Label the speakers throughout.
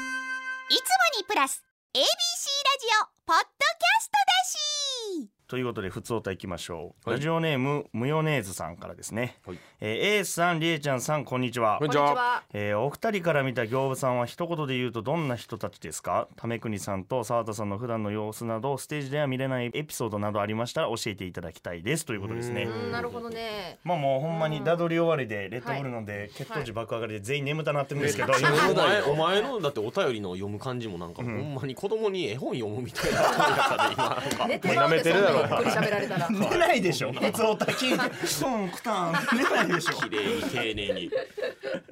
Speaker 1: いつもにプラス ABC ラジオポッドキャストだし
Speaker 2: ということで普通歌いきましょう、
Speaker 3: はい
Speaker 2: ラジオネームムヨネーズさんからですね、
Speaker 3: はい
Speaker 2: えー、A さんりえちゃんさんこんにちは
Speaker 3: こんにち
Speaker 4: こんにち
Speaker 3: は。
Speaker 4: は。
Speaker 2: えーお二人から見た行部さんは一言で言うとどんな人たちですか為国さんと澤田さんの普段の様子などステージでは見れないエピソードなどありましたら教えていただきたいですということですね
Speaker 4: うーんなるほどね。
Speaker 2: まあもうほんまにダドリ終わりでレッドブル飲んで血糖値爆上がりで全員眠たなってるん ですけど、今
Speaker 3: お前お前のだってお便りの読む感じもなんか、
Speaker 2: ん
Speaker 3: ほんまに子供に絵本読むみたいな感じだったで今
Speaker 4: 寝てま
Speaker 2: 目が
Speaker 4: うで
Speaker 2: 目て
Speaker 4: そ
Speaker 2: る
Speaker 4: ん
Speaker 2: だろ
Speaker 4: なゆっくり喋ら れたら。
Speaker 2: 寝ないでしょ普通歌聞いてストーンクターン寝ない でしょ
Speaker 3: 綺麗に丁寧に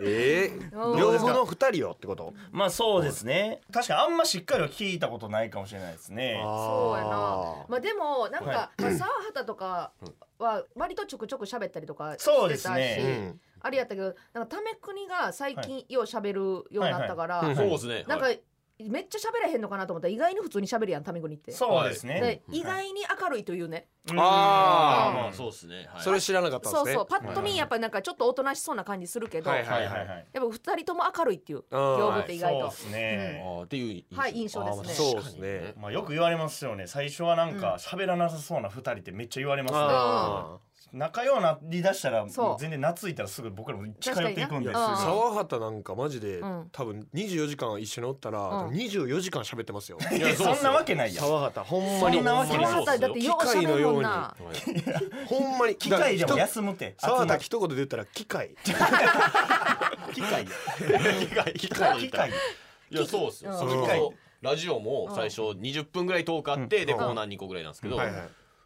Speaker 5: ええ
Speaker 4: おー
Speaker 5: 両方の二人よってこと
Speaker 2: まあそうですね確かにあんましっかりは聞いたことないかもしれないですね
Speaker 4: そうやな。まあでもなん
Speaker 2: は
Speaker 4: か、まあ、沢畑とかは割とちょくちょく喋ったりとかしてたし、
Speaker 2: そうですね
Speaker 4: あれやったけど、なんかため国が最近よう喋るようになったから、
Speaker 3: そうですね
Speaker 4: なんか
Speaker 3: はい
Speaker 4: めっちゃ喋らへんのかなと思ったら意外に普通に喋るやんため国って。
Speaker 2: そうですね、
Speaker 4: で意外に明るいというね、
Speaker 2: うん
Speaker 5: あ
Speaker 3: ま
Speaker 2: う
Speaker 3: あ
Speaker 2: ん
Speaker 3: そうですね、はい、
Speaker 5: それ知らなかったんで
Speaker 4: そ
Speaker 5: す
Speaker 4: う
Speaker 5: ね
Speaker 4: そうパッと見やっぱなんかちょっとおとなしそうな感じするけど、
Speaker 5: はい
Speaker 2: はいはいはい
Speaker 4: やっぱ二人とも明るいっていう業務って意外と、
Speaker 2: そうですね、
Speaker 3: あーっていう印象
Speaker 4: はい印象ですね
Speaker 3: あー
Speaker 5: そう
Speaker 3: まあ
Speaker 5: で
Speaker 3: 確か
Speaker 5: す
Speaker 3: に
Speaker 5: ね
Speaker 2: まあよく言われますよね最初はなんか喋らなさそうな2人ってめっちゃ言われま
Speaker 5: あ
Speaker 2: すね仲良うなりだしたら
Speaker 4: そう
Speaker 2: もう全然懐いたらすぐ僕らも近寄っていくんです
Speaker 4: 確かにな
Speaker 5: ー
Speaker 2: よ
Speaker 4: ん
Speaker 5: 沢畑なんかマジで、
Speaker 4: うん
Speaker 5: 多分24時間一緒におったら、
Speaker 4: うん
Speaker 5: 24時間喋ってますよ
Speaker 2: いやそんなわけないやん
Speaker 5: 沢畑ほんま
Speaker 2: そ
Speaker 5: に
Speaker 2: んなわけ
Speaker 4: 沢
Speaker 2: ない
Speaker 4: 畑だってよう喋るもんな
Speaker 3: はい
Speaker 5: ほんまに
Speaker 2: 機械でも
Speaker 5: だから
Speaker 2: 休むって
Speaker 5: 一つ沢
Speaker 2: 集まっ
Speaker 5: 畑一言で言ったら機械
Speaker 2: 機械
Speaker 3: 機械機械
Speaker 2: 機械
Speaker 3: いやそうですよ、
Speaker 4: うん
Speaker 3: それ
Speaker 5: 機
Speaker 3: こ
Speaker 2: 械
Speaker 3: そラジオも最初20分ぐらい遠くあって、で
Speaker 5: うん
Speaker 3: コーナー2個ぐらいなんですけど、
Speaker 5: はいはい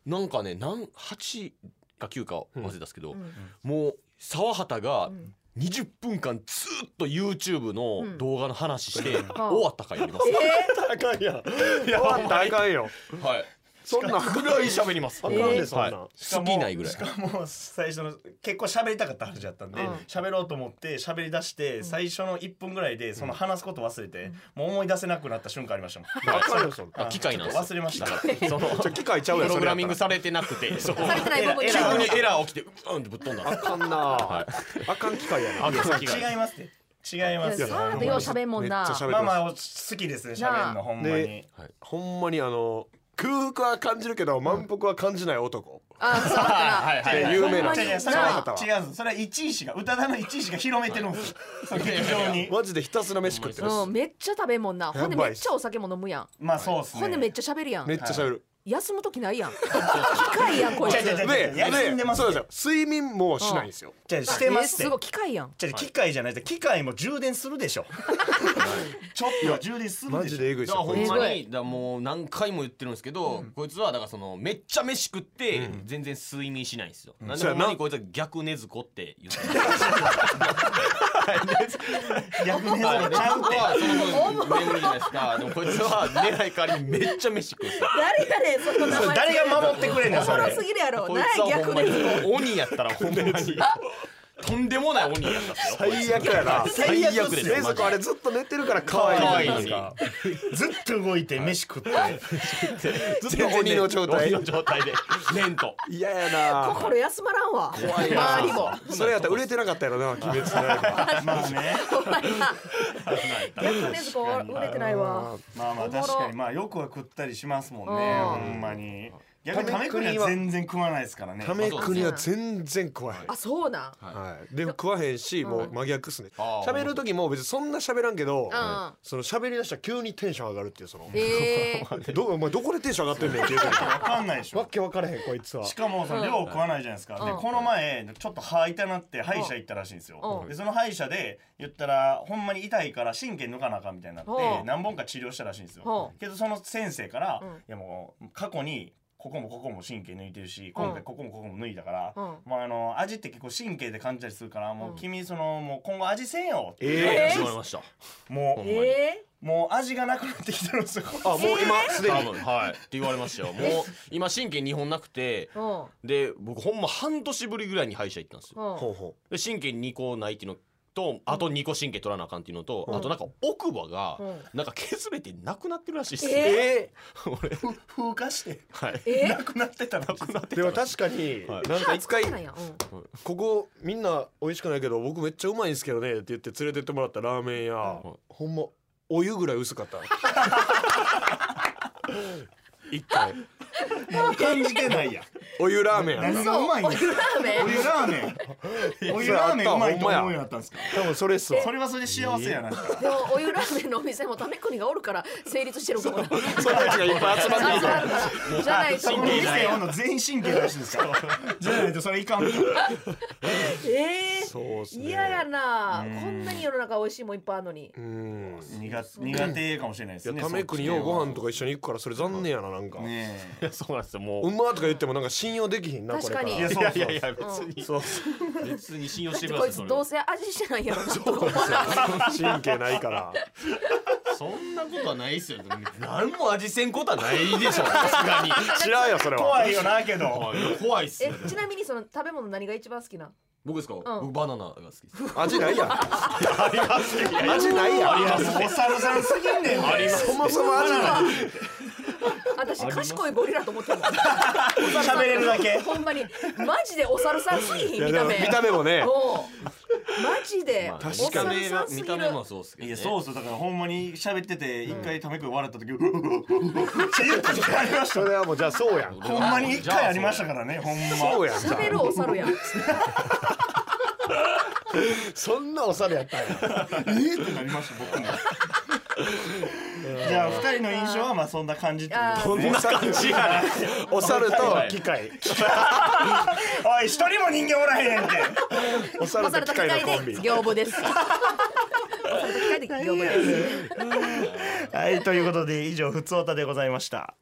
Speaker 3: なんかねなん8か9か忘れたんですけど、
Speaker 4: うん
Speaker 3: もう沢畑が
Speaker 4: ん
Speaker 3: 20分間ずっと YouTube の動画の話して、 終わった回あります、
Speaker 5: あかんやんやばったあかんよ
Speaker 3: はい
Speaker 5: そんなんあか
Speaker 3: ぐらい喋ります
Speaker 5: ん
Speaker 4: え
Speaker 5: で
Speaker 4: ー
Speaker 5: そんな
Speaker 3: は
Speaker 5: ん、
Speaker 3: い好きないぐらい
Speaker 2: しかも最初の結構喋りたかった話だったんで
Speaker 4: うん
Speaker 2: 喋ろうと思って喋り出して最初の1分ぐらいでその話すこと忘れてもう思い出せなくなった瞬間ありましたもん
Speaker 5: あかんよそんな
Speaker 3: あ機械なんですよ
Speaker 2: 忘れました
Speaker 3: その
Speaker 5: ん機械ちゃうや
Speaker 3: プ
Speaker 5: ん
Speaker 3: ロ
Speaker 5: それ
Speaker 3: グ
Speaker 5: や
Speaker 3: ラ
Speaker 5: っ
Speaker 3: ミング
Speaker 5: た
Speaker 3: されてなくてそこ
Speaker 4: されてない部分
Speaker 2: エ
Speaker 4: に
Speaker 2: ラ
Speaker 3: 急
Speaker 2: ー
Speaker 3: にエラー起きてうんってぶっ飛んだ
Speaker 5: らあかんな、
Speaker 3: はい
Speaker 5: あかん機械やな
Speaker 3: あかん機械
Speaker 2: 違いますって違います
Speaker 4: いや沢畑よう喋んもんな
Speaker 5: めっちゃ喋って
Speaker 2: まあま
Speaker 5: ま
Speaker 2: あ好きですね喋るのほんまに
Speaker 5: で。すほんまにあの空腹は感じるけど満腹は感じない男、
Speaker 4: あそうだったな
Speaker 3: はいはい
Speaker 5: で有名な
Speaker 2: 違う違うそれ
Speaker 5: 沢
Speaker 2: は
Speaker 5: 畑は
Speaker 2: 違うんですそれは一位氏が宇多田の一位氏が広めてるんですよそ の劇場に
Speaker 5: マジでひたすら飯食ってる
Speaker 4: うん、めっちゃ食べんもんな
Speaker 5: ばい
Speaker 4: ほんでめっちゃお酒も飲むやん
Speaker 2: まあそうっすね
Speaker 4: ほんでめっちゃ喋るやん
Speaker 5: めっちゃ喋る、
Speaker 4: 休む時ないやん機械やん こいつ
Speaker 2: 違う違う違う
Speaker 5: で
Speaker 2: 休んでます
Speaker 5: そうなんですよ睡眠もしないんですよ、
Speaker 2: じゃあしてますって
Speaker 4: えすごい機械やん
Speaker 2: じゃあ機械じゃないです機械も充電するでしょちょっとは充電する
Speaker 5: マ
Speaker 2: でし
Speaker 5: ジ
Speaker 2: ょ
Speaker 5: でえぐいで
Speaker 3: だ
Speaker 5: す
Speaker 3: からほ
Speaker 5: よこ
Speaker 3: ん
Speaker 5: いつ
Speaker 3: まにだからもう何回も言ってるんですけど、こいつはだからそのめっちゃ飯食って全然睡眠しないんですよ、なんで
Speaker 5: そ
Speaker 3: ほ
Speaker 5: うや
Speaker 3: ん
Speaker 5: な
Speaker 3: まにこいつは逆ねずこって言ってる
Speaker 2: 逆にそうちゃう
Speaker 3: 僕はその分眠るじゃないですかでもこいつは寝ない代わりにめっちゃ飯食うんですよ
Speaker 4: 誰やねんその名
Speaker 2: それ
Speaker 4: 前
Speaker 2: 誰が守ってくれんねんそ
Speaker 4: おもろ
Speaker 2: れ
Speaker 4: すぎるやろ
Speaker 3: こいつ
Speaker 4: 何
Speaker 3: は
Speaker 4: や
Speaker 3: ほ
Speaker 4: 逆
Speaker 3: んま
Speaker 4: で
Speaker 3: に鬼やったらほんまに とんでもない鬼やったっすよ
Speaker 5: 最悪やな
Speaker 3: 最悪ですよ
Speaker 5: 冷蔵庫あれずっと寝てるから可
Speaker 2: 可
Speaker 5: 愛い
Speaker 2: 愛い
Speaker 3: の
Speaker 2: の
Speaker 3: に
Speaker 2: にずっと動いて飯食って
Speaker 5: ずっと鬼の状態
Speaker 3: 鬼の状 態でレント
Speaker 5: 嫌やな
Speaker 4: 心休まらんわ
Speaker 3: 怖いな
Speaker 4: 周りも
Speaker 5: それやったら売れてなかったやろな鬼滅の刃
Speaker 2: まあね
Speaker 4: 逆ねずこ売れてないわ
Speaker 2: まあまあ
Speaker 4: おもろ
Speaker 2: 確かにまあよくは食ったりしますもんね
Speaker 4: う
Speaker 2: ほんまに逆に亀
Speaker 5: 亀
Speaker 2: 国
Speaker 5: 国
Speaker 2: は
Speaker 5: は
Speaker 2: 全然食わないですからね
Speaker 5: ため国は全然食わへん
Speaker 4: あそうなん
Speaker 5: はい、で食わへんし、もう真逆っすね
Speaker 3: あー
Speaker 5: 喋る時も別にそんな喋らんけど、
Speaker 4: ん
Speaker 5: その喋りだしたら急にテンション上がるっていうその、
Speaker 4: えー
Speaker 5: どお前どこでテンション上がってんねんって言うてる
Speaker 2: わかんないでしょ
Speaker 5: わけ分からへんこいつは
Speaker 2: しかもその量食わないじゃないですか、でこの前ちょっと歯痛なって歯医者行ったらしいんですよ、
Speaker 4: うん
Speaker 2: でその歯医者で言ったらほんまに痛いから神経抜かなあかんみたいになって
Speaker 4: うん
Speaker 2: 何本か治療したらしいんですよ
Speaker 4: う
Speaker 2: けどその先生から、
Speaker 4: うん
Speaker 2: いやもう過去にここもここも神経抜いてるし今回ここもここも抜いたから、
Speaker 4: うん
Speaker 2: まあ、あの味って結構神経で感じたりするからもう君そのもう今後味せんよって、
Speaker 5: え
Speaker 3: 始まりました
Speaker 2: もう
Speaker 4: え
Speaker 2: もう味がなくなってきてるんですよ
Speaker 5: ー、あもう今すで
Speaker 3: 多
Speaker 5: に
Speaker 3: 分はいって言われましたよもう今神経2本なくて
Speaker 4: ーうん
Speaker 3: で僕ほんま半年ぶりぐらいに歯医者行ったんですよ
Speaker 4: うん
Speaker 5: ほうほ
Speaker 3: で神経2個ないっていうのとあと2個神経取らなあかんっていうのと、あとなんか奥歯が
Speaker 4: うん
Speaker 3: なんか削れてなくなってるらしいっす
Speaker 5: う
Speaker 3: ね、
Speaker 5: え
Speaker 2: ふ 風化して
Speaker 3: はい
Speaker 4: え
Speaker 2: なくなってたなくなって
Speaker 5: ー、でも確かに、
Speaker 3: はい
Speaker 5: なんか一回
Speaker 4: そうなんやうん
Speaker 5: ここみんな美味しくないけど僕めっちゃうまいんですけどねって言って連れてってもらったラーメン屋、
Speaker 3: うん
Speaker 5: ほんまお湯ぐらい薄 かった一回
Speaker 2: もう感じてないやん
Speaker 5: お湯ラーメンやった
Speaker 2: 何がうまいん
Speaker 4: お湯ラーメン
Speaker 2: お湯ラーメンお湯ラーメンうまいと思うようになったんですか
Speaker 5: 多分それっすわ
Speaker 2: それはそれで幸せやな
Speaker 4: でもお湯ラーメンのお店もためっこにがおるから成立してるかも な。
Speaker 5: そのうちがいっぱい集まって きて
Speaker 4: じゃないと
Speaker 2: そ
Speaker 4: こ
Speaker 2: の
Speaker 4: ろ
Speaker 2: 店をの全神経出してですかじゃないとそれいかん
Speaker 4: え
Speaker 5: そうっす
Speaker 4: ー
Speaker 5: ね
Speaker 4: 嫌やなこんなに世の中美味しいもんいっぱいあるのに
Speaker 5: うん
Speaker 2: 苦苦手かもしれないで
Speaker 5: い
Speaker 2: す
Speaker 5: や
Speaker 2: ね
Speaker 5: ため国ようご飯とか一緒に行くからそれ残念やななんか、
Speaker 2: ね
Speaker 3: いや そうなんですよも
Speaker 5: うまとか言ってもなんか信用できひんなこれから
Speaker 4: 確か
Speaker 2: えいや
Speaker 4: に
Speaker 3: い
Speaker 2: そう
Speaker 3: や
Speaker 2: そう
Speaker 3: いやいや別に
Speaker 5: そうそう
Speaker 3: 別に信用してくだ
Speaker 4: こ
Speaker 3: さ
Speaker 4: い
Speaker 3: いそ
Speaker 4: つ
Speaker 3: れ
Speaker 4: ど
Speaker 3: は
Speaker 4: うせ味してないやろなとか思わな
Speaker 5: 神経な いから
Speaker 3: そんなことはないですよ何も味せんことはないでしょさすがに
Speaker 5: 知らんよそれは
Speaker 2: 怖いよなけど
Speaker 3: 怖い怖いっす
Speaker 4: え
Speaker 3: よ
Speaker 4: ちなみにその食べ物何が一番好きなん
Speaker 3: 僕ですか僕バナナが好きです
Speaker 5: 味ないやん味ないやん
Speaker 2: お猿さんすぎんねんあり
Speaker 5: そもそも味ない
Speaker 4: 私賢いゴリラと思ってるもん
Speaker 2: 喋れるだけ
Speaker 4: ほんまにマジでお猿さんすぎひん見た目
Speaker 5: 見た目もね
Speaker 4: おうマジで
Speaker 3: まあ
Speaker 4: お
Speaker 5: 確か
Speaker 4: 猿
Speaker 5: に
Speaker 4: さんすぎ
Speaker 3: 見
Speaker 4: る
Speaker 3: た目もそうっすけど
Speaker 2: い
Speaker 3: ね
Speaker 2: やそうそうだからほんまに喋ってて一回ためくん笑った時うふふふふって言った時ありまし
Speaker 5: それはもうじゃあそうやん
Speaker 2: たほんまに一回ありましたからねほん
Speaker 5: そう
Speaker 2: ま
Speaker 5: やんじゃ
Speaker 4: 喋るお猿やん
Speaker 5: あそんなお猿やったんや
Speaker 2: えーってなりました僕も じゃあ二人の印象はまあそんな感じってこと
Speaker 4: あ
Speaker 5: こんな感じやお猿と機械
Speaker 2: おい一人も人間おらへんって
Speaker 5: お
Speaker 4: お
Speaker 5: 猿
Speaker 4: 猿
Speaker 5: と
Speaker 4: と
Speaker 5: 機
Speaker 4: 機
Speaker 5: 械のコ
Speaker 4: 械
Speaker 5: ンビ
Speaker 4: で業務です お猿と機械で業務です
Speaker 2: はいということで以上ふつおたでございました